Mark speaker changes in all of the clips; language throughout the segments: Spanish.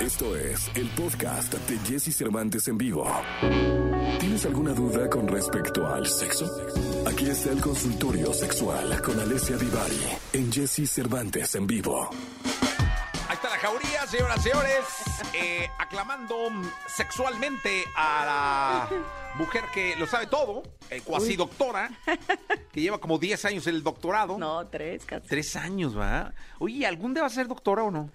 Speaker 1: Esto es el podcast de Jesse Cervantes en vivo. ¿Tienes alguna duda con respecto al sexo? Aquí está el consultorio sexual con Alessia Divari en Jesse Cervantes en vivo.
Speaker 2: Ahí está la jauría, señoras y señores, eh, aclamando sexualmente a la mujer que lo sabe todo, eh, cuasi doctora, que lleva como 10 años en el doctorado.
Speaker 3: No, tres casi.
Speaker 2: Tres años, ¿va? Oye, ¿algún día va a ser doctora o no?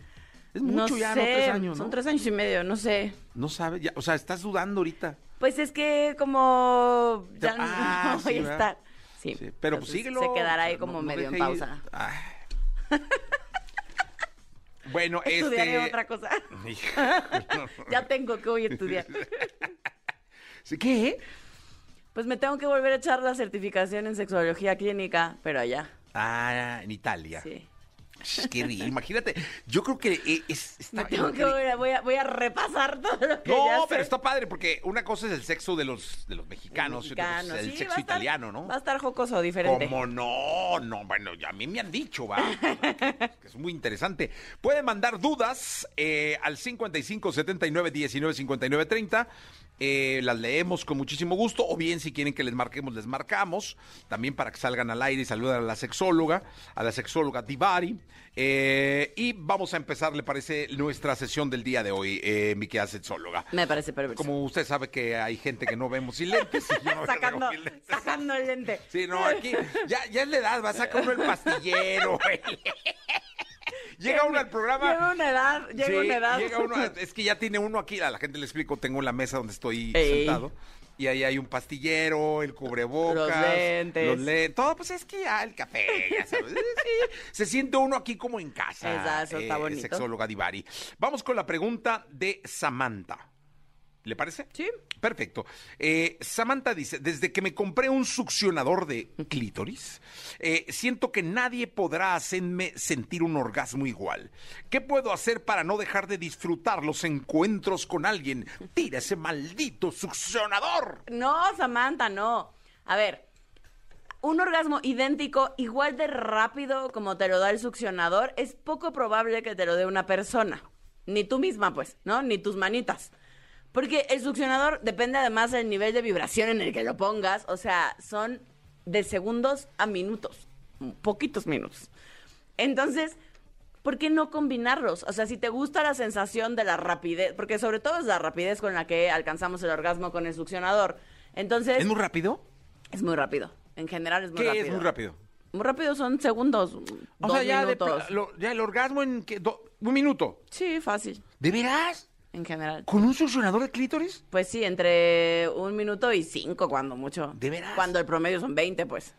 Speaker 2: Es mucho
Speaker 3: no
Speaker 2: ya,
Speaker 3: sé,
Speaker 2: ¿no? Tres años, ¿no?
Speaker 3: Son tres años y medio, no sé.
Speaker 2: No sabes, ya, o sea, estás dudando ahorita.
Speaker 3: Pues es que como
Speaker 2: Te-
Speaker 3: ya no
Speaker 2: Ah, sí,
Speaker 3: voy a
Speaker 2: ¿verdad?
Speaker 3: estar. Sí.
Speaker 2: Sí, pero pues
Speaker 3: entonces
Speaker 2: síguelo.
Speaker 3: Se quedará ahí
Speaker 2: No-
Speaker 3: como
Speaker 2: no
Speaker 3: medio en
Speaker 2: deja ir.
Speaker 3: pausa.
Speaker 2: Ay. Bueno,
Speaker 3: Estudiaré
Speaker 2: este...
Speaker 3: otra cosa.
Speaker 2: Hijo, no.
Speaker 3: ya tengo que voy a estudiar.
Speaker 2: ¿Sí, ¿Qué?
Speaker 3: Pues me tengo que volver a echar la certificación en sexología clínica, pero allá.
Speaker 2: Ah, en Italia.
Speaker 3: Sí.
Speaker 2: Sh, Qué bien, imagínate. Yo creo que eh, es, está-
Speaker 3: Me tengo que volver a, voy a, voy a repasar todo lo que ya
Speaker 2: No,
Speaker 3: sé.
Speaker 2: pero está padre porque una cosa es el sexo de los de los mexicanos, y otra cosa es pues, el
Speaker 3: Mexicano, sí, va
Speaker 2: sexo
Speaker 3: a estar-
Speaker 2: italiano, ¿no?
Speaker 3: Va a estar jocoso, diferente.
Speaker 2: Como no, no, bueno, ya a mí me han dicho, va. O sea, que- que es muy interesante. Pueden mandar dudas eh, al 55 79 19 59 30. eh, las leemos con muchísimo gusto, o bien si quieren que les marquemos, les marcamos, también para que salgan al aire y saluden a la sexóloga, a la sexóloga Divari. Eh, y vamos a empezar, le parece, nuestra sesión del día de hoy, eh, mi querida sexóloga.
Speaker 3: Me parece perverso.
Speaker 2: Como usted sabe que hay gente que no vemos sin lentes. y yo no
Speaker 3: sacando,
Speaker 2: veo sin lentes.
Speaker 3: sacando el lente.
Speaker 2: Sí, no, aquí ya, ya es la edad, va a sacar uno el pastillero. güey. Llega uno al programa.
Speaker 3: Llega una edad, llega
Speaker 2: sí,
Speaker 3: una edad.
Speaker 2: llega uno a- es que ya tiene uno aquí, a la gente le explico, tengo la mesa donde estoy
Speaker 3: Ey.
Speaker 2: sentado. Y ahí hay un pastillero, el cubrebocas,
Speaker 3: Los lentes.
Speaker 2: los le- todo, pues es que ya el café, ya sabes, es que se siente uno aquí como en casa. eh,
Speaker 3: Exacto, está bonito.
Speaker 2: Sexóloga Divari. Vamos con la pregunta de Samantha. ¿Le parece?
Speaker 3: Sí.
Speaker 2: Perfecto. Eh, Samantha dice, desde que me compré un succionador de clítoris, eh, siento que nadie podrá hacerme sentir un orgasmo igual. ¿Qué puedo hacer para no dejar de disfrutar los encuentros con alguien? Tira ese maldito succionador.
Speaker 3: No, Samantha, no. A ver, un orgasmo idéntico, igual de rápido como te lo da el succionador, es poco probable que te lo dé una persona. Ni tú misma, pues, ¿no? Ni tus manitas. Porque el succionador depende además del nivel de vibración en el que lo pongas. O sea, son de segundos a minutos. Poquitos minutos. Entonces, ¿por qué no combinarlos? O sea, si te gusta la sensación de la rapidez, porque sobre todo es la rapidez con la que alcanzamos el orgasmo con el succionador. Entonces,
Speaker 2: ¿Es muy rápido?
Speaker 3: es muy rápido. En general es muy
Speaker 2: ¿Qué
Speaker 3: rápido.
Speaker 2: es muy rápido?
Speaker 3: Muy rápido son segundos,
Speaker 2: O
Speaker 3: dos
Speaker 2: sea, ya, de
Speaker 3: minutos.
Speaker 2: pla- lo- ya el orgasmo en que, do- un minuto.
Speaker 3: Sí, fácil,
Speaker 2: ¿De veras?
Speaker 3: en general.
Speaker 2: ¿Con un succionador de clítoris?
Speaker 3: Pues sí, entre un minuto y cinco cuando mucho.
Speaker 2: ¿De veras?
Speaker 3: Cuando el promedio son 20, pues.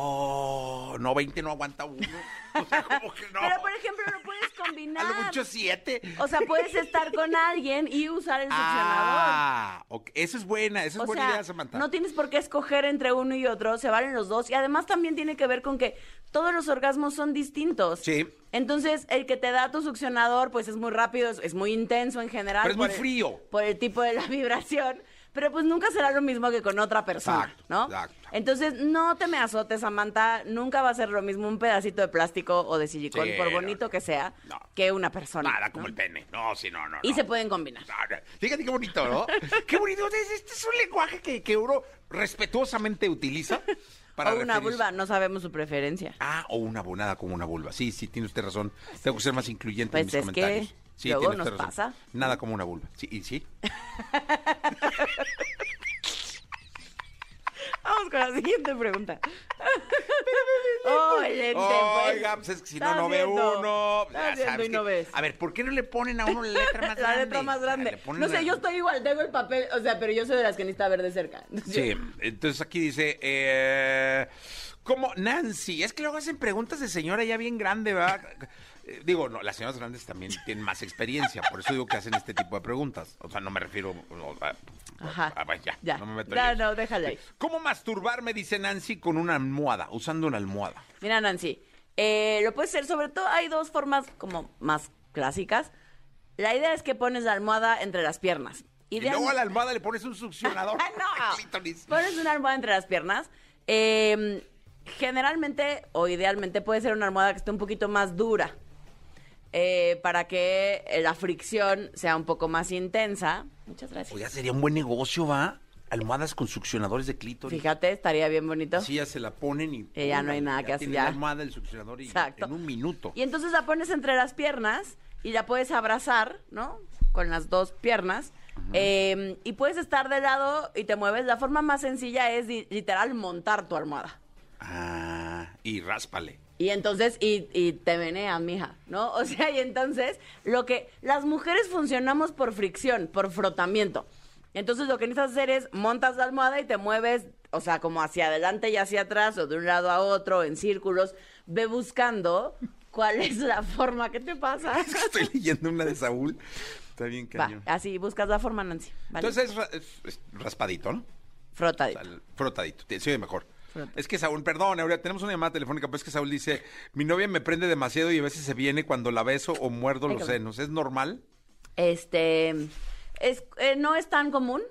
Speaker 2: Oh, no, 20 no aguanta uno. O sea, como que no.
Speaker 3: Pero, por ejemplo, lo puedes
Speaker 2: A
Speaker 3: combinar.
Speaker 2: lo mucho siete.
Speaker 3: O sea, puedes estar con alguien y usar el succionador.
Speaker 2: Ah, ok. esa es buena, esa es
Speaker 3: O
Speaker 2: buena
Speaker 3: sea,
Speaker 2: idea, Samantha.
Speaker 3: no tienes por qué escoger entre uno y otro, se valen los dos. Y además también tiene que ver con que todos los orgasmos son distintos.
Speaker 2: Sí.
Speaker 3: Entonces, el que te da tu succionador, pues es muy rápido, es, es muy intenso en general.
Speaker 2: Pero es
Speaker 3: por
Speaker 2: muy
Speaker 3: el-
Speaker 2: frío.
Speaker 3: por el tipo de la vibración. Pero pues nunca será lo mismo que con otra persona,
Speaker 2: Exacto,
Speaker 3: ¿no?
Speaker 2: exacto.
Speaker 3: Entonces, no te me azotes, Samantha. Nunca va a ser lo mismo un pedacito de plástico o de silicón,
Speaker 2: Sí,
Speaker 3: por
Speaker 2: no,
Speaker 3: bonito
Speaker 2: no.
Speaker 3: que sea,
Speaker 2: No.
Speaker 3: que una persona.
Speaker 2: Nada como
Speaker 3: ¿no?
Speaker 2: el pene. No, sí, no, no.
Speaker 3: Y
Speaker 2: no.
Speaker 3: se pueden combinar.
Speaker 2: No, no. Fíjate qué bonito, ¿no? qué bonito. Es- Este es un lenguaje que, que uno respetuosamente utiliza para
Speaker 3: o una
Speaker 2: referirse-
Speaker 3: vulva, no sabemos su preferencia.
Speaker 2: Ah, o una bonada como una vulva. Sí, sí, tiene usted razón. Tengo que ser más incluyente en
Speaker 3: Pues
Speaker 2: mis
Speaker 3: es que
Speaker 2: comentarios. sí,
Speaker 3: luego
Speaker 2: tiene
Speaker 3: nos
Speaker 2: usted razón.
Speaker 3: pasa.
Speaker 2: Nada como una vulva. Sí, y sí.
Speaker 3: Vamos con la siguiente pregunta. oh, lente, pues.
Speaker 2: Oiga, pues es que si no,
Speaker 3: Estás
Speaker 2: no ve
Speaker 3: viendo,
Speaker 2: uno.
Speaker 3: estás
Speaker 2: Ya sabes
Speaker 3: viendo y
Speaker 2: que-
Speaker 3: no ves.
Speaker 2: A ver, ¿por qué no le ponen a uno la letra más
Speaker 3: La
Speaker 2: grande? Ah,
Speaker 3: letra más
Speaker 2: Le
Speaker 3: grande.
Speaker 2: ponen
Speaker 3: No sé,
Speaker 2: la-
Speaker 3: yo estoy igual, tengo el papel, o sea, pero yo soy de las que necesita ver de cerca.
Speaker 2: Sí, entonces aquí dice, eh, como Nancy, es que luego hacen preguntas de señora ya bien grande, ¿verdad? Eh, Digo, no, las señoras grandes también tienen más experiencia, por eso digo que hacen este tipo de preguntas. O sea, no me refiero no, a,
Speaker 3: Ajá.
Speaker 2: a- a- ya, no me meto en
Speaker 3: No,
Speaker 2: eso.
Speaker 3: no, déjala ahí.
Speaker 2: ¿Cómo masturbarme, dice Nancy, con una almohada, usando una almohada?
Speaker 3: Mira, Nancy, eh, lo puedes hacer, sobre todo hay dos formas como más clásicas. La idea es que pones la almohada entre las piernas.
Speaker 2: Y
Speaker 3: Ideal-
Speaker 2: luego a la almohada le pones un succionador.
Speaker 3: Ah, no.
Speaker 2: Clítoris.
Speaker 3: Pones una almohada entre las piernas. Eh, generalmente o idealmente puede ser una almohada que esté un poquito más dura. eh, para que eh, la fricción sea un poco más intensa. Muchas gracias.
Speaker 2: Pues ya sería un buen negocio, ¿va? Almohadas con succionadores de clítoris.
Speaker 3: Fíjate, estaría bien bonito.
Speaker 2: Así ya se la ponen y...
Speaker 3: Y Eh, ya no hay nada que hacer,
Speaker 2: tiene
Speaker 3: ya.
Speaker 2: la almohada, el succionador y
Speaker 3: Exacto.
Speaker 2: en un minuto.
Speaker 3: Y entonces la pones entre las piernas y la puedes abrazar, ¿no? Con las dos piernas. Eh, y puedes estar de lado y te mueves. La forma más sencilla es li- literal montar tu almohada.
Speaker 2: Ah, y ráspale.
Speaker 3: Y entonces, y, y te venean, mija, ¿no? O sea, y entonces, lo que. Las mujeres funcionamos por fricción, por frotamiento. Entonces, lo que necesitas hacer es montas la almohada y te mueves, o sea, como hacia adelante y hacia atrás, o de un lado a otro, en círculos. Ve buscando cuál es la forma. ¿Qué te pasa?
Speaker 2: Estoy leyendo una de Saúl. Está bien
Speaker 3: Va,
Speaker 2: cañón.
Speaker 3: así buscas la forma, Nancy. ¿vale?
Speaker 2: Entonces es, ra- es- es raspadito, ¿no? O
Speaker 3: frotadito.
Speaker 2: sea, el- frotadito, te- se oye mejor.
Speaker 3: Frotadito.
Speaker 2: Es que Saúl, perdón, ahora tenemos una llamada telefónica, pero es que Saúl dice, mi novia me prende demasiado y a veces se viene cuando la beso o muerdo
Speaker 3: Ay,
Speaker 2: los
Speaker 3: cabrón.
Speaker 2: senos. ¿Es normal?
Speaker 3: Este, es, eh, no es tan común,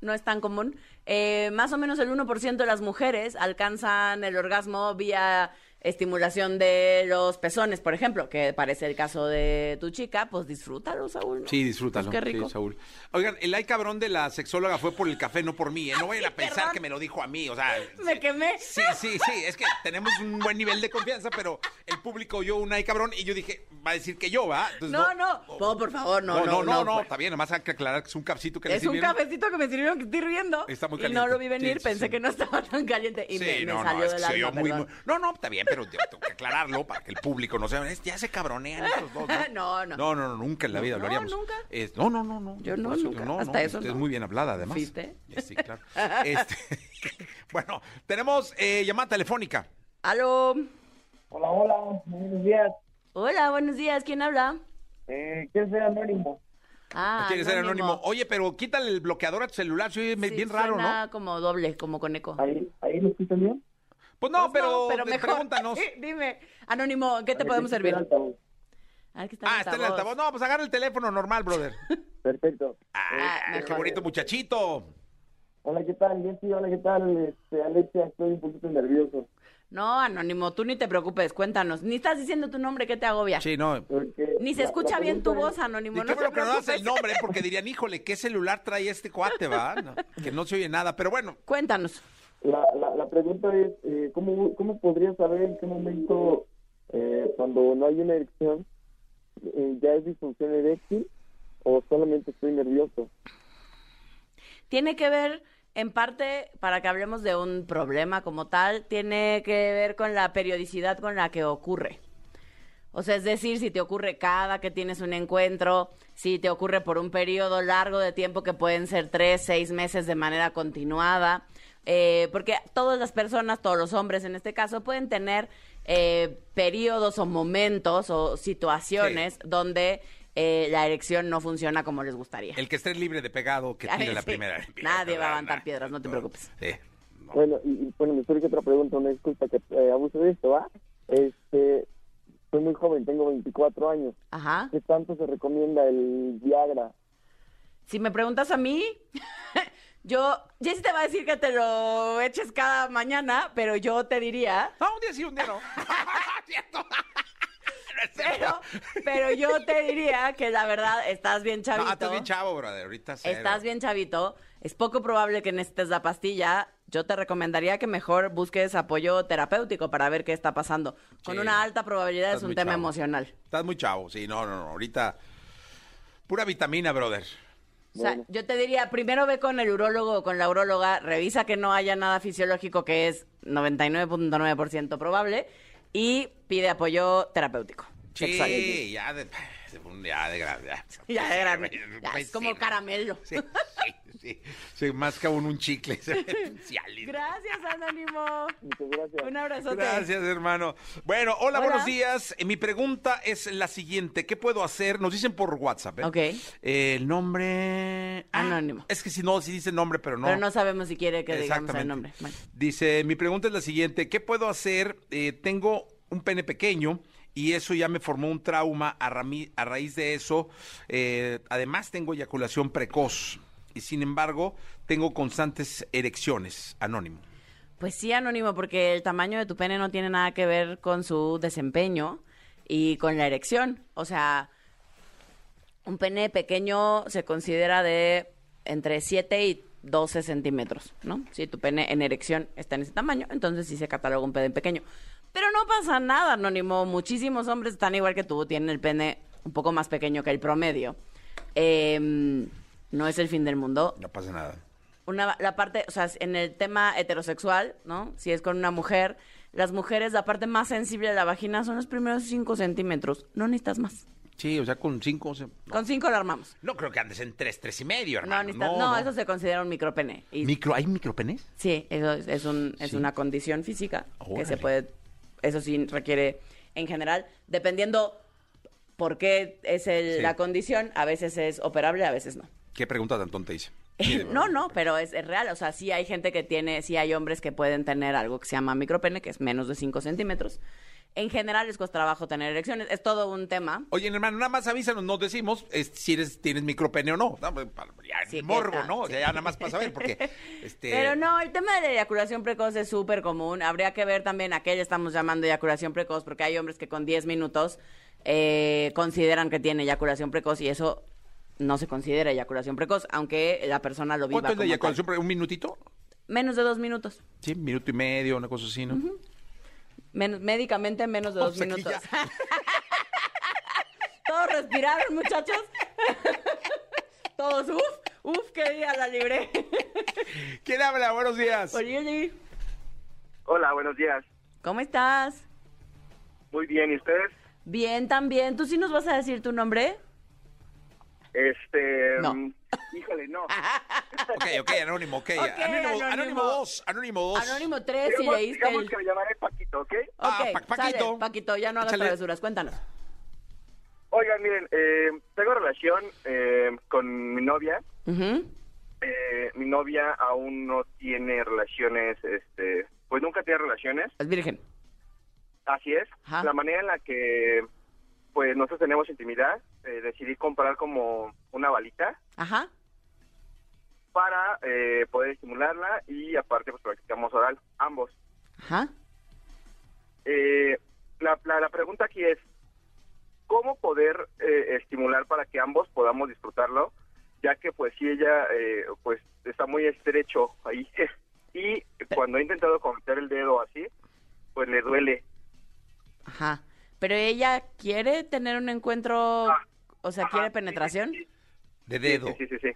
Speaker 3: no es tan común. Eh, más o menos el 1% de las mujeres alcanzan el orgasmo vía estimulación de los pezones, por ejemplo, que parece el caso de tu chica, pues disfrútalo, Saúl. ¿no?
Speaker 2: Sí, disfrútalo.
Speaker 3: Pues qué rico.
Speaker 2: Sí, Saúl. Oigan, el ay cabrón de la sexóloga fue por el café, no por mí. ¿eh? No vayan a pensar
Speaker 3: perdón.
Speaker 2: que me lo dijo a mí. O sea,
Speaker 3: Me quemé.
Speaker 2: Sí, sí, sí. Es que tenemos un buen nivel de confianza, pero el público oyó un ay cabrón y yo dije, va a decir que yo, ¿va? Entonces,
Speaker 3: No, no, no, por favor, no,
Speaker 2: no, no, no, no,
Speaker 3: pues.
Speaker 2: está bien, además hay que aclarar que es un capsito que le
Speaker 3: Es un
Speaker 2: sirvieron.
Speaker 3: cafecito que me sirvieron que estoy riendo.
Speaker 2: Está muy
Speaker 3: y no
Speaker 2: caliente.
Speaker 3: lo vi venir,
Speaker 2: Sí, sí,
Speaker 3: pensé
Speaker 2: sí.
Speaker 3: que no estaba tan caliente y
Speaker 2: Sí,
Speaker 3: me, me
Speaker 2: no, no,
Speaker 3: salió
Speaker 2: es que
Speaker 3: del
Speaker 2: se oyó
Speaker 3: alma,
Speaker 2: muy,
Speaker 3: perdón.
Speaker 2: muy- No, no, está bien, pero yo tengo que aclararlo para que el público no se... es- Ya se cabronean estos dos.
Speaker 3: No, no.
Speaker 2: No, no, no, nunca en la vida
Speaker 3: No,
Speaker 2: lo haríamos.
Speaker 3: nunca.
Speaker 2: Es- no, no, no, Pues, no.
Speaker 3: Yo no,
Speaker 2: Por eso-
Speaker 3: nunca. Hasta eso
Speaker 2: usted
Speaker 3: no.
Speaker 2: es muy bien hablada, además. Eh,
Speaker 3: ¿Viste?
Speaker 2: Sí, claro. Este, bueno, tenemos eh, llamada telefónica.
Speaker 3: Aló.
Speaker 4: Hola, hola, buenos días.
Speaker 3: Hola, buenos días, ¿quién habla?
Speaker 4: Eh, ¿Quieres ser anónimo?
Speaker 3: Ah,
Speaker 2: ¿Quieres ser anónimo? Oye, pero quítale el bloqueador a tu celular, se oye me-
Speaker 3: Sí,
Speaker 2: bien raro,
Speaker 3: suena
Speaker 2: ¿no?
Speaker 3: como doble, como con eco.
Speaker 4: ¿Ahí, ahí lo escuchan bien?
Speaker 2: Pues no,
Speaker 3: Pues
Speaker 2: pero,
Speaker 3: pero
Speaker 2: de-
Speaker 3: mejor.
Speaker 2: pregúntanos.
Speaker 3: Dime, anónimo, ¿en ¿qué te
Speaker 4: Ahí
Speaker 3: podemos
Speaker 4: está el
Speaker 3: servir?
Speaker 4: altavoz.
Speaker 3: Ah, que está
Speaker 2: Ah, está en el altavoz. No, pues agarra el teléfono normal, brother.
Speaker 4: Perfecto.
Speaker 2: Ah, qué
Speaker 3: mejor.
Speaker 2: bonito muchachito.
Speaker 4: Hola, ¿qué tal, Jessy? Hola, ¿qué tal, este, Alexia? Estoy un poquito nervioso
Speaker 3: No, anónimo, tú ni te preocupes, cuéntanos. Ni estás diciendo tu nombre, ¿qué te agobia?
Speaker 2: Sí, no,
Speaker 4: porque...
Speaker 3: Ni se
Speaker 4: la-
Speaker 3: escucha
Speaker 4: la
Speaker 3: bien tu
Speaker 4: pregunta
Speaker 3: voz, ah. anónimo.
Speaker 2: Y qué
Speaker 3: No te
Speaker 2: bueno que no das
Speaker 3: preocupes.
Speaker 2: el nombre, ¿eh? porque dirían, híjole, ¿qué celular trae este cuate, va? No, que no se oye nada, pero bueno.
Speaker 3: Cuéntanos.
Speaker 4: es- La, la, la pregunta es, eh, ¿cómo, ¿cómo podría saber en qué momento, eh, cuando no hay una erección, eh, ya es disfunción eréctil o solamente estoy nervioso?
Speaker 3: Tiene que ver, en parte, para que hablemos de un problema como tal, tiene que ver con la periodicidad con la que ocurre. O sea, es decir, si te ocurre cada que tienes un encuentro, si te ocurre por un periodo largo de tiempo que pueden ser tres, seis meses de manera continuada, eh, porque todas las personas, todos los hombres en este caso, pueden tener eh, periodos o momentos o situaciones donde eh, la erección no funciona como les gustaría.
Speaker 2: El que esté libre de pegado, que tire la
Speaker 3: Sí.
Speaker 2: primera.
Speaker 3: Nadie va a aventar piedras, no te preocupes.
Speaker 2: Sí.
Speaker 4: Bueno, y, y, bueno, me surge otra pregunta, una disculpa que eh, abuso de esto, ¿va? Este, soy muy joven, tengo 24 años.
Speaker 3: Ajá.
Speaker 4: ¿Qué tanto se recomienda el Viagra?
Speaker 3: Si me preguntas a mí, yo, Jessy te va a decir que te lo eches cada mañana, pero yo te diría,
Speaker 2: No, un día sí, un día no. Cierto. No es cierto.
Speaker 3: pero, pero yo te diría que la verdad estás bien
Speaker 2: No,
Speaker 3: chavito.
Speaker 2: estás bien chavo, brother. Ahorita cero.
Speaker 3: Estás bien chavito, es poco probable que necesites la pastilla. Yo te recomendaría que mejor busques apoyo terapéutico para ver qué está pasando. Con
Speaker 2: Sí,
Speaker 3: una alta probabilidad
Speaker 2: Estás
Speaker 3: es un
Speaker 2: muy
Speaker 3: tema
Speaker 2: chavo.
Speaker 3: emocional.
Speaker 2: Estás muy chavo, sí, no, no, no. Ahorita. Pura vitamina, brother.
Speaker 3: O sea,
Speaker 4: Bueno.
Speaker 3: yo te diría, primero ve con el urólogo o con la uróloga, revisa que no haya nada fisiológico que es 99.9% probable y pide apoyo terapéutico. sexual.
Speaker 2: Sí, ya de. Ya de grande.
Speaker 3: Ya de grande. Ya, es como caramelo.
Speaker 2: Sí, sí, sí. Se masca uno un chicle. Se ve cialis.
Speaker 3: Gracias, Anónimo.
Speaker 4: Muchas Pues gracias.
Speaker 3: Un abrazote.
Speaker 2: Gracias, hermano. Bueno, hola,
Speaker 3: Hola.
Speaker 2: buenos días. Eh, Mi pregunta es la siguiente. ¿Qué puedo hacer? Nos dicen por WhatsApp. ¿eh?
Speaker 3: Ok.
Speaker 2: Eh, el nombre... Ah,
Speaker 3: Anónimo.
Speaker 2: Es que si no, si dice nombre, pero no.
Speaker 3: Pero no sabemos si quiere que digamos
Speaker 2: Exactamente.
Speaker 3: el nombre. Bueno.
Speaker 2: Dice, mi pregunta es la siguiente. ¿Qué puedo hacer? Eh, tengo un pene pequeño y eso ya me formó un trauma. A, rami- a raíz de eso, eh, además tengo eyaculación precoz. Y sin embargo, tengo constantes erecciones. Anónimo.
Speaker 3: Pues sí, anónimo, porque el tamaño de tu pene no tiene nada que ver con su desempeño. y con la erección. O sea, un pene pequeño se considera de entre 7 y 12 centímetros, ¿no? Si tu pene en erección está en ese tamaño, entonces sí se cataloga un pene pequeño. Pero no pasa nada, Anónimo. Muchísimos hombres están igual que tú, tienen el pene un poco más pequeño que el promedio. Em, no es el fin del mundo
Speaker 2: No pasa nada.
Speaker 3: una, la parte, o sea, en el tema heterosexual, ¿no? Si es con una mujer, las mujeres, la parte más sensible de la vagina son los primeros 5 centímetros. No necesitas más.
Speaker 2: Sí, o sea, con cinco... se- No,
Speaker 3: Con 5 la armamos.
Speaker 2: No creo que andes en tres, tres y medio,
Speaker 3: No,
Speaker 2: hermano.
Speaker 3: necesitas, no, eso se considera un micropene. Y,
Speaker 2: ¿Micro, ¿Hay micropenes?
Speaker 3: sí, eso es, es un, es
Speaker 2: Sí.
Speaker 3: una condición física que se
Speaker 2: Órale.
Speaker 3: puede, eso sí requiere en general, dependiendo por qué es el-
Speaker 2: Sí.
Speaker 3: la condición, a veces es operable, a veces no.
Speaker 2: ¿Qué pregunta tan tonta hice?
Speaker 3: no, no, pero es, es real. O sea, sí hay gente que tiene, sí hay hombres que pueden tener algo que se llama micropene, que es menos de 5 centímetros. En general les cuesta trabajo tener erecciones. Es todo un tema.
Speaker 2: Oye, hermano, nada más avísanos, nos decimos es, si eres, tienes micropene o no. No, pues, para- Ya es
Speaker 3: Sí, ¿qué
Speaker 2: morbo,
Speaker 3: tal?
Speaker 2: ¿no? O sea,
Speaker 3: Sí.
Speaker 2: ya nada más para saber, porque... Este,
Speaker 3: Pero no, el tema de la eyaculación precoz es súper común. Habría que ver también a qué le estamos llamando eyaculación precoz, porque hay hombres que con 10 minutos eh, consideran que tiene eyaculación precoz y eso no se considera eyaculación precoz, aunque la persona lo viva.
Speaker 2: ¿Cuánto es la
Speaker 3: como tal.
Speaker 2: eyaculación? ¿Un minutito?
Speaker 3: Menos de dos minutos.
Speaker 2: Sí, minuto y medio, una cosa así, ¿no?
Speaker 3: Men- médicamente menos de
Speaker 2: O
Speaker 3: dos
Speaker 2: sea, aquí
Speaker 3: minutos.
Speaker 2: ya-
Speaker 3: Todos respiraron, muchachos. Todos, uff, uff, qué día la libré.
Speaker 2: ¿Quién habla? Buenos días.
Speaker 3: Oye,
Speaker 5: Hola, buenos días.
Speaker 3: ¿cómo estás?
Speaker 5: Muy bien, ¿y ustedes?
Speaker 3: Bien, también. ¿Tú sí nos vas a decir tu nombre?
Speaker 5: Este...
Speaker 3: No.
Speaker 5: mm, Híjole, no.
Speaker 3: Ah,
Speaker 2: Ok, ok, anónimo, ok.
Speaker 3: Ok,
Speaker 2: anónimo,
Speaker 3: anónimo.
Speaker 2: anónimo. dos, anónimo dos.
Speaker 3: Anónimo 3, si
Speaker 5: Digamos,
Speaker 3: leíste
Speaker 5: digamos
Speaker 3: el...
Speaker 5: que me llamaré Paquito, ¿ok?
Speaker 2: Pues, Ah,
Speaker 3: Ok,
Speaker 2: Pa- Paquito.
Speaker 3: sale, Paquito, ya no hagas
Speaker 2: Échale.
Speaker 3: travesuras, cuéntanos.
Speaker 5: Oigan, miren, eh, tengo relación eh, con mi novia.
Speaker 3: Ujú.
Speaker 5: Eh, mi novia aún no tiene relaciones, este... Pues nunca tiene relaciones,
Speaker 3: Es virgen.
Speaker 5: así es.
Speaker 3: Ajá.
Speaker 5: La manera en la que, pues, nosotros tenemos intimidad, eh, decidí comprar como una balita
Speaker 3: Ajá.
Speaker 5: para eh, poder estimularla y aparte, pues, practicamos oral, ambos.
Speaker 3: Ajá.
Speaker 5: Eh, la, la, la pregunta aquí es, ¿cómo poder eh, estimular para que ambos podamos disfrutarlo? Ya que pues si ella eh, pues está muy estrecho ahí y cuando he intentado conectar el dedo así, pues le duele.
Speaker 3: Ajá. Pero ella quiere tener un encuentro,
Speaker 5: Ah,
Speaker 3: o sea,
Speaker 5: ajá,
Speaker 3: quiere
Speaker 5: sí,
Speaker 3: penetración.
Speaker 5: Sí,
Speaker 2: De
Speaker 5: sí,
Speaker 2: dedo.
Speaker 5: sí, sí, sí, sí.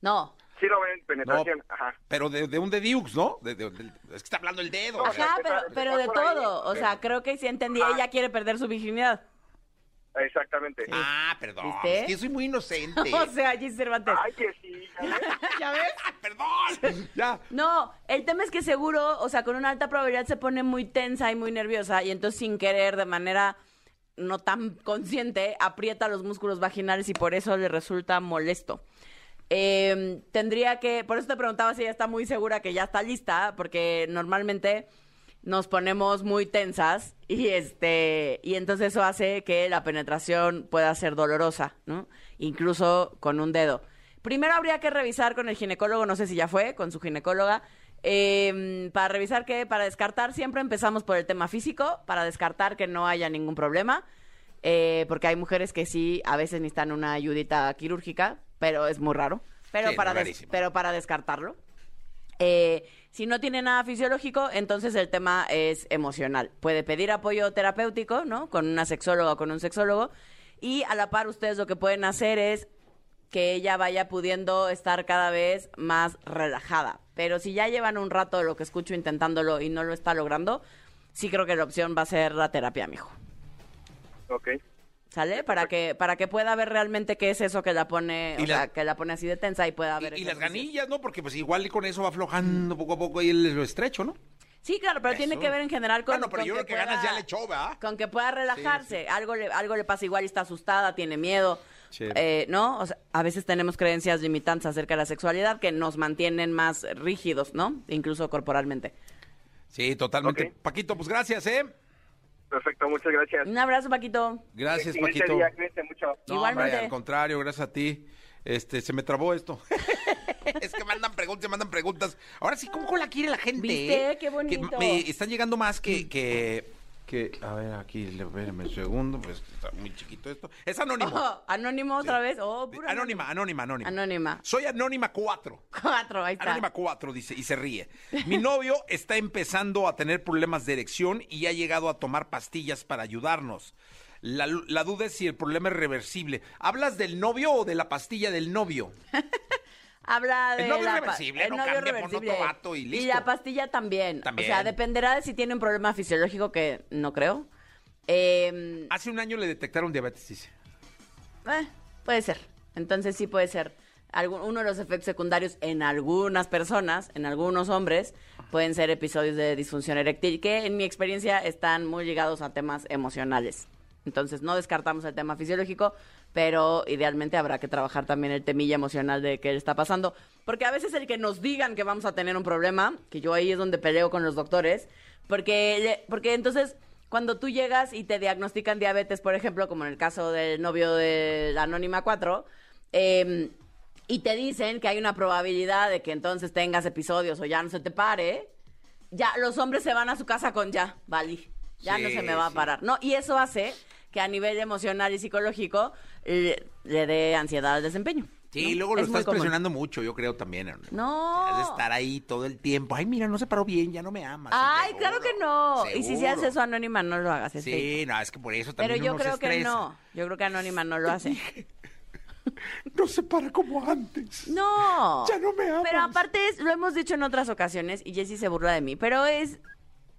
Speaker 3: No.
Speaker 5: Sí lo ven, penetración,
Speaker 2: No.
Speaker 5: ajá.
Speaker 2: Pero de, de un dediux, ¿no? De- de- de- es que está hablando el dedo. o sea.
Speaker 3: Ajá, pero, pero de
Speaker 5: Por ahí.
Speaker 3: todo. O sea, creo que sí entendí. Ella quiere perder su virginidad.
Speaker 5: Exactamente.
Speaker 2: Ah, perdón.
Speaker 3: ¿Viste?
Speaker 2: Es que yo soy muy inocente.
Speaker 3: O sea, Gis Cervantes.
Speaker 5: Ay, que sí. ya ves.
Speaker 3: ¿Ya ves?
Speaker 2: Ah, perdón. Ya.
Speaker 3: No, el tema es que seguro, o sea, con una alta probabilidad se pone muy tensa y muy nerviosa y entonces sin querer, de manera no tan consciente, aprieta los músculos vaginales y por eso le resulta molesto. Eh, tendría que, por eso te preguntaba si ella está muy segura que ya está lista, porque normalmente nos ponemos muy tensas y este y entonces eso hace que la penetración pueda ser dolorosa, ¿no? Incluso con un dedo. Primero habría que revisar con el ginecólogo, no sé si ya fue, con su ginecóloga, eh, para revisar que, para descartar, siempre empezamos por el tema físico, para descartar que no haya ningún problema, eh, porque hay mujeres que sí, a veces necesitan una ayudita quirúrgica, pero es muy raro, pero,
Speaker 2: Sí,
Speaker 3: para, des-
Speaker 2: rarísimo.
Speaker 3: pero para descartarlo. Eh, si no tiene nada fisiológico, entonces el tema es emocional. Puede pedir apoyo terapéutico, ¿no? Con una sexóloga o con un sexólogo. Y a la par, ustedes lo que pueden hacer es que ella vaya pudiendo estar cada vez más relajada. Pero si ya llevan un rato de lo que escucho intentándolo y no lo está logrando, sí creo que la opción va a ser la terapia, mijo.
Speaker 5: ok.
Speaker 3: ¿Sale? Para que, para que pueda ver realmente qué es eso que la pone, o
Speaker 2: Eh, Y la-
Speaker 3: sea, que la pone así de tensa y pueda
Speaker 2: Y-
Speaker 3: ver.
Speaker 2: Y, las
Speaker 3: ejercicios.
Speaker 2: ganillas, ¿no? Porque pues igual con eso va aflojando poco a poco ahí el, lo estrecho, ¿no?
Speaker 3: Sí, claro, pero tiene
Speaker 2: Eso.
Speaker 3: que ver en general con.
Speaker 2: Bueno, pero
Speaker 3: con
Speaker 2: yo creo que ganas ya le echó, ¿verdad?
Speaker 3: Con que pueda relajarse. Algo, le, algo le pasa igual, está asustada, tiene miedo.
Speaker 2: Sí.
Speaker 3: eh, ¿No? O sea, a veces tenemos creencias limitantes acerca de la sexualidad que nos mantienen más rígidos, ¿no? Incluso corporalmente.
Speaker 2: Sí, totalmente.
Speaker 5: Ok.
Speaker 2: Paquito, pues gracias, ¿eh?
Speaker 5: Perfecto, muchas gracias.
Speaker 3: Un abrazo, Paquito.
Speaker 2: Gracias,
Speaker 5: Excelente
Speaker 2: Paquito.
Speaker 5: día, cuídense mucho.
Speaker 2: No,
Speaker 3: Igualmente.
Speaker 2: hombre, al contrario, gracias a ti. Este, se me trabó esto. es que mandan preguntas, mandan preguntas. Ahora sí, ¿cómo la quiere la gente?
Speaker 3: ¿Viste?
Speaker 2: eh?
Speaker 3: Qué bonito.
Speaker 2: Que me están llegando más que, que, que, a ver, aquí, espérame un segundo, pues está muy chiquito esto. Es anónimo.
Speaker 3: Ojo, anónimo otra
Speaker 2: Sí.
Speaker 3: vez. Oh, pura
Speaker 2: anónima, anónima, anónima.
Speaker 3: Anónima.
Speaker 2: Soy anónima 4.
Speaker 3: Cuatro, ahí está.
Speaker 2: Anónima 4 dice y se ríe. Mi novio está empezando a tener problemas de erección y ha llegado a tomar pastillas para ayudarnos. La, lu- la duda es si el problema es reversible. ¿Hablas del novio o de la pastilla del novio?
Speaker 3: Habla de
Speaker 2: El novio
Speaker 3: la pa-
Speaker 2: reversible,
Speaker 3: el
Speaker 2: no
Speaker 3: novio
Speaker 2: cambia por
Speaker 3: reversible.
Speaker 2: otro vato y listo.
Speaker 3: la pastilla también.
Speaker 2: También.
Speaker 3: O sea, dependerá de si tiene un problema fisiológico que no creo. Eh,
Speaker 2: Hace un año le detectaron diabetes, dice.
Speaker 3: eh, puede ser. Entonces sí puede ser. Algún- uno de los efectos secundarios en algunas personas, en algunos hombres, pueden ser episodios de disfunción eréctil que en mi experiencia están muy ligados a temas emocionales. Entonces no descartamos el tema fisiológico, pero idealmente habrá que trabajar también el temilla emocional de que está pasando. Porque a veces el que nos digan que vamos a tener un problema, que yo ahí es donde peleo con los doctores, porque, le- porque entonces cuando tú llegas y te diagnostican diabetes, por ejemplo, como en el caso del novio de la Anónima 4, eh, y te dicen que hay una probabilidad de que entonces tengas episodios o ya no se te pare, ya los hombres se van a su casa con ya, valí, ya no
Speaker 2: Sí,
Speaker 3: se me va a
Speaker 2: sí.
Speaker 3: parar. No, y eso hace que a nivel emocional y psicológico le, le dé ansiedad al desempeño.
Speaker 2: Sí,
Speaker 3: ¿no?
Speaker 2: y luego lo
Speaker 3: Es muy
Speaker 2: estás
Speaker 3: común.
Speaker 2: presionando mucho, yo creo también. Anónima.
Speaker 3: No.
Speaker 2: Has de estar ahí todo el tiempo. Ay, mira, no se paró bien, ya no me amas.
Speaker 3: Ay,
Speaker 2: Seguro,
Speaker 3: claro que no. Y si se hace
Speaker 2: seguro.
Speaker 3: eso anónima, no lo hagas. es fake.
Speaker 2: Sí, no, es que por eso
Speaker 3: Pero
Speaker 2: también
Speaker 3: yo
Speaker 2: uno se
Speaker 3: creo que
Speaker 2: estresa.
Speaker 3: no. Yo creo que Anónima no lo hace.
Speaker 2: No se para como antes.
Speaker 3: No.
Speaker 2: Ya no me amas.
Speaker 3: Pero aparte, es- lo hemos dicho en otras ocasiones y Jessy se burla de mí, pero es.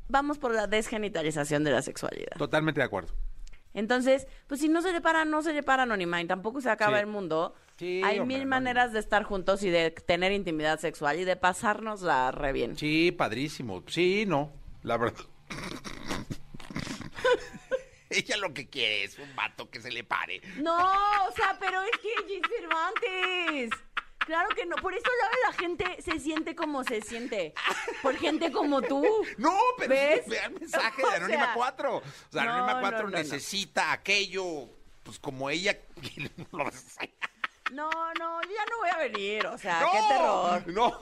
Speaker 3: Vamos por la desgenitalización de la sexualidad.
Speaker 2: Totalmente de acuerdo.
Speaker 3: Entonces, pues si no se le para, no se le para anónima y tampoco se acaba
Speaker 2: Sí.
Speaker 3: el mundo.
Speaker 2: Sí,
Speaker 3: Hay
Speaker 2: hombre,
Speaker 3: mil
Speaker 2: Anónima.
Speaker 3: maneras de estar juntos y de tener intimidad sexual y de pasarnos la re bien.
Speaker 2: Sí, padrísimo. Sí, no, la verdad. Ella lo que quiere es un vato que se le pare.
Speaker 3: No, o sea, pero es que Jessy Cervantes. Claro que no. Por eso luego la gente se siente como se siente. Por gente como tú.
Speaker 2: No, pero
Speaker 3: ¿Ves?
Speaker 2: vea el mensaje de
Speaker 3: O
Speaker 2: Anónima
Speaker 3: sea,
Speaker 2: 4. O sea,
Speaker 3: no,
Speaker 2: Anónima
Speaker 3: no,
Speaker 2: 4
Speaker 3: no, no.
Speaker 2: necesita aquello, pues como ella. no,
Speaker 3: No, no, yo ya no voy a venir. O sea, Ah, qué terror.
Speaker 2: No.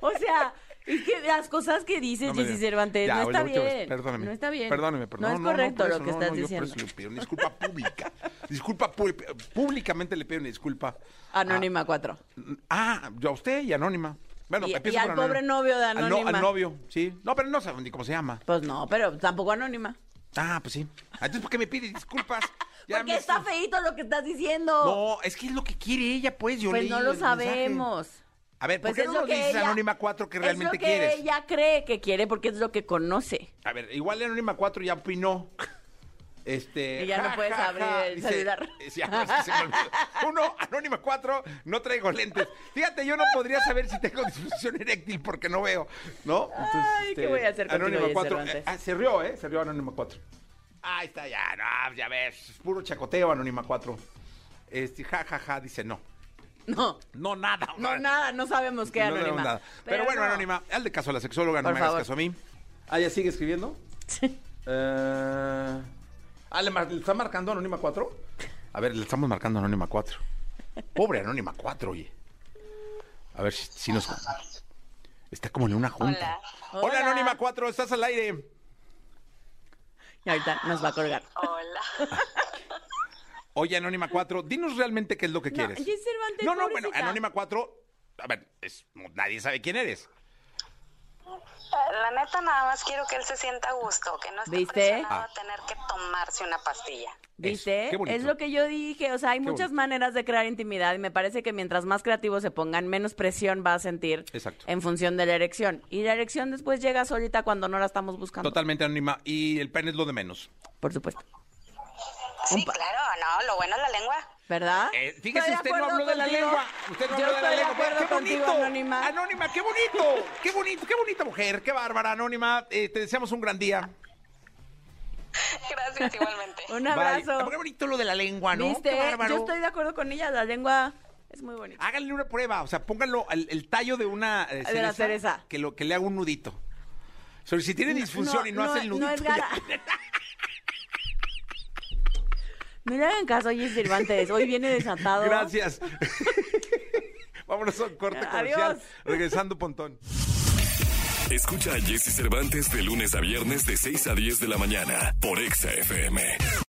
Speaker 3: O sea, es que las cosas que dices,
Speaker 2: No me
Speaker 3: Jessy
Speaker 2: digas.
Speaker 3: Cervantes,
Speaker 2: Ya,
Speaker 3: no
Speaker 2: oye,
Speaker 3: está
Speaker 2: última vez,
Speaker 3: bien.
Speaker 2: Perdóname.
Speaker 3: No está bien.
Speaker 2: Perdóname, pero
Speaker 3: No es correcto
Speaker 2: por
Speaker 3: lo
Speaker 2: eso,
Speaker 3: que
Speaker 2: no,
Speaker 3: estás
Speaker 2: no, yo por
Speaker 3: diciendo.
Speaker 2: eso le pido una disculpa pública. Disculpa pública. Públicamente le pido una disculpa. a-
Speaker 3: Anónima 4.
Speaker 2: Ah, yo a usted y anónima. Bueno,
Speaker 3: Y-
Speaker 2: empiezo
Speaker 3: y al
Speaker 2: por anónima.
Speaker 3: pobre novio de
Speaker 2: Al no-
Speaker 3: Anónima.
Speaker 2: al novio, sí. No, pero no saben ni cómo se llama.
Speaker 3: Pues no, pero tampoco anónima.
Speaker 2: Ah, pues sí. Ah, Entonces, ¿por qué me pide disculpas? Ya
Speaker 3: Porque
Speaker 2: me-
Speaker 3: está feíto lo que estás diciendo.
Speaker 2: No, es que es lo que quiere ella, pues. Yo
Speaker 3: pues
Speaker 2: leí
Speaker 3: no lo
Speaker 2: el mensaje.
Speaker 3: sabemos.
Speaker 2: A ver, ¿por
Speaker 3: Pues
Speaker 2: qué
Speaker 3: es
Speaker 2: no
Speaker 3: lo
Speaker 2: nos
Speaker 3: que
Speaker 2: dices
Speaker 3: ella-
Speaker 2: Anónima 4 que realmente
Speaker 3: es lo que
Speaker 2: quieres?
Speaker 3: ella cree que quiere porque es lo que conoce.
Speaker 2: A ver, igual Anónima 4 ya opinó. Este,
Speaker 3: Y ya no puedes abrir el celular.
Speaker 2: eh, sí, ah, es que se me olvidó. Uno, Anónima 4, no traigo lentes. Fíjate, yo no podría saber si tengo disfunción eréctil porque no veo, ¿no?
Speaker 3: Ay, ¿qué voy a hacer contigo,
Speaker 2: Anónima
Speaker 3: Jesse
Speaker 2: 4.
Speaker 3: Cervantes?
Speaker 2: ah, se rió, ¿eh? Se rió Anónima 4. Ahí está, ya, no, ya ves. Es puro chacoteo, Anónima 4. Este, ja, ja, ja, dice no.
Speaker 3: No,
Speaker 2: No, nada.
Speaker 3: no,
Speaker 2: hombre.
Speaker 3: nada, no sabemos qué
Speaker 2: No
Speaker 3: anónima.
Speaker 2: sabemos nada. Pero, bueno,
Speaker 3: no.
Speaker 2: Anónima, hazle caso a la sexóloga, no
Speaker 3: Por
Speaker 2: me hagas
Speaker 3: favor.
Speaker 2: caso a mí. Ah, ¿ya sigue escribiendo? Eh, Ah, ¿le, mar- le está marcando Anónima 4? A ver, le estamos marcando Anónima 4. Pobre Anónima 4, oye. A ver si, si nos... Está como en una junta. Hola,
Speaker 3: Hola.
Speaker 2: Anónima 4, estás al aire.
Speaker 3: Y ahorita nos va a colgar.
Speaker 6: Hola.
Speaker 2: Oye, Anónima 4, dinos realmente qué es lo que
Speaker 3: No,
Speaker 2: quieres.
Speaker 3: Jessy Cervantes,
Speaker 2: no, no, bueno,
Speaker 3: pobrecita.
Speaker 2: Anónima 4, a ver, es- nadie sabe quién eres.
Speaker 6: La neta nada más quiero que él se sienta a gusto, que no esté
Speaker 3: ¿Viste?
Speaker 6: presionado
Speaker 2: Ah.
Speaker 6: a tener que tomarse una pastilla.
Speaker 3: ¿Viste?
Speaker 2: Eso, qué bonito.
Speaker 3: es lo que yo dije. O sea, hay
Speaker 2: Qué
Speaker 3: muchas
Speaker 2: bonito.
Speaker 3: maneras de crear intimidad y me parece que mientras más creativos se pongan, menos presión va a sentir
Speaker 2: Exacto.
Speaker 3: en función de la erección. Y la erección después llega solita cuando no la estamos buscando.
Speaker 2: Totalmente anónima. Y el pene es lo de menos.
Speaker 3: Por supuesto.
Speaker 6: Sí,
Speaker 3: Upa.
Speaker 6: claro, no, lo bueno es la lengua.
Speaker 3: ¿Verdad?
Speaker 2: Eh,
Speaker 3: Estoy
Speaker 2: fíjese,
Speaker 3: de
Speaker 2: usted no
Speaker 3: acuerdo
Speaker 2: habló de la
Speaker 3: contigo.
Speaker 2: lengua. Usted no
Speaker 3: Yo
Speaker 2: habló de la
Speaker 3: estoy de
Speaker 2: lengua.
Speaker 3: acuerdo
Speaker 2: ¡Qué
Speaker 3: contigo,
Speaker 2: bonito! Ah,
Speaker 3: Anónima.
Speaker 2: Anónima, qué bonito. Qué bonito, qué bonita mujer. Qué bárbara, Anónima. Eh, te deseamos un gran día.
Speaker 6: Gracias igualmente.
Speaker 3: Un
Speaker 2: Bye. Ah,
Speaker 3: abrazo.
Speaker 2: Qué bonito lo de la lengua, Ah, ¿no?
Speaker 3: ¿Viste?
Speaker 2: Qué bárbaro.
Speaker 3: Yo estoy de acuerdo con ella. La lengua es muy bonita.
Speaker 2: Háganle una prueba, o sea, pónganlo al- el, tallo de una eh,
Speaker 3: De la cereza.
Speaker 2: Que, lo, que le haga un nudito. O sea, si tiene disfunción y no, hace el nudito.
Speaker 3: No es
Speaker 2: ya-
Speaker 3: gara. No le hagan caso, oye, Cervantes. Hoy viene desatado.
Speaker 2: Gracias. Vámonos a un corte comercial.
Speaker 3: Adiós.
Speaker 2: Regresando, Pontón.
Speaker 1: Escucha a Jesse Cervantes de lunes a viernes de 6 a 10 de la mañana por Exa FM.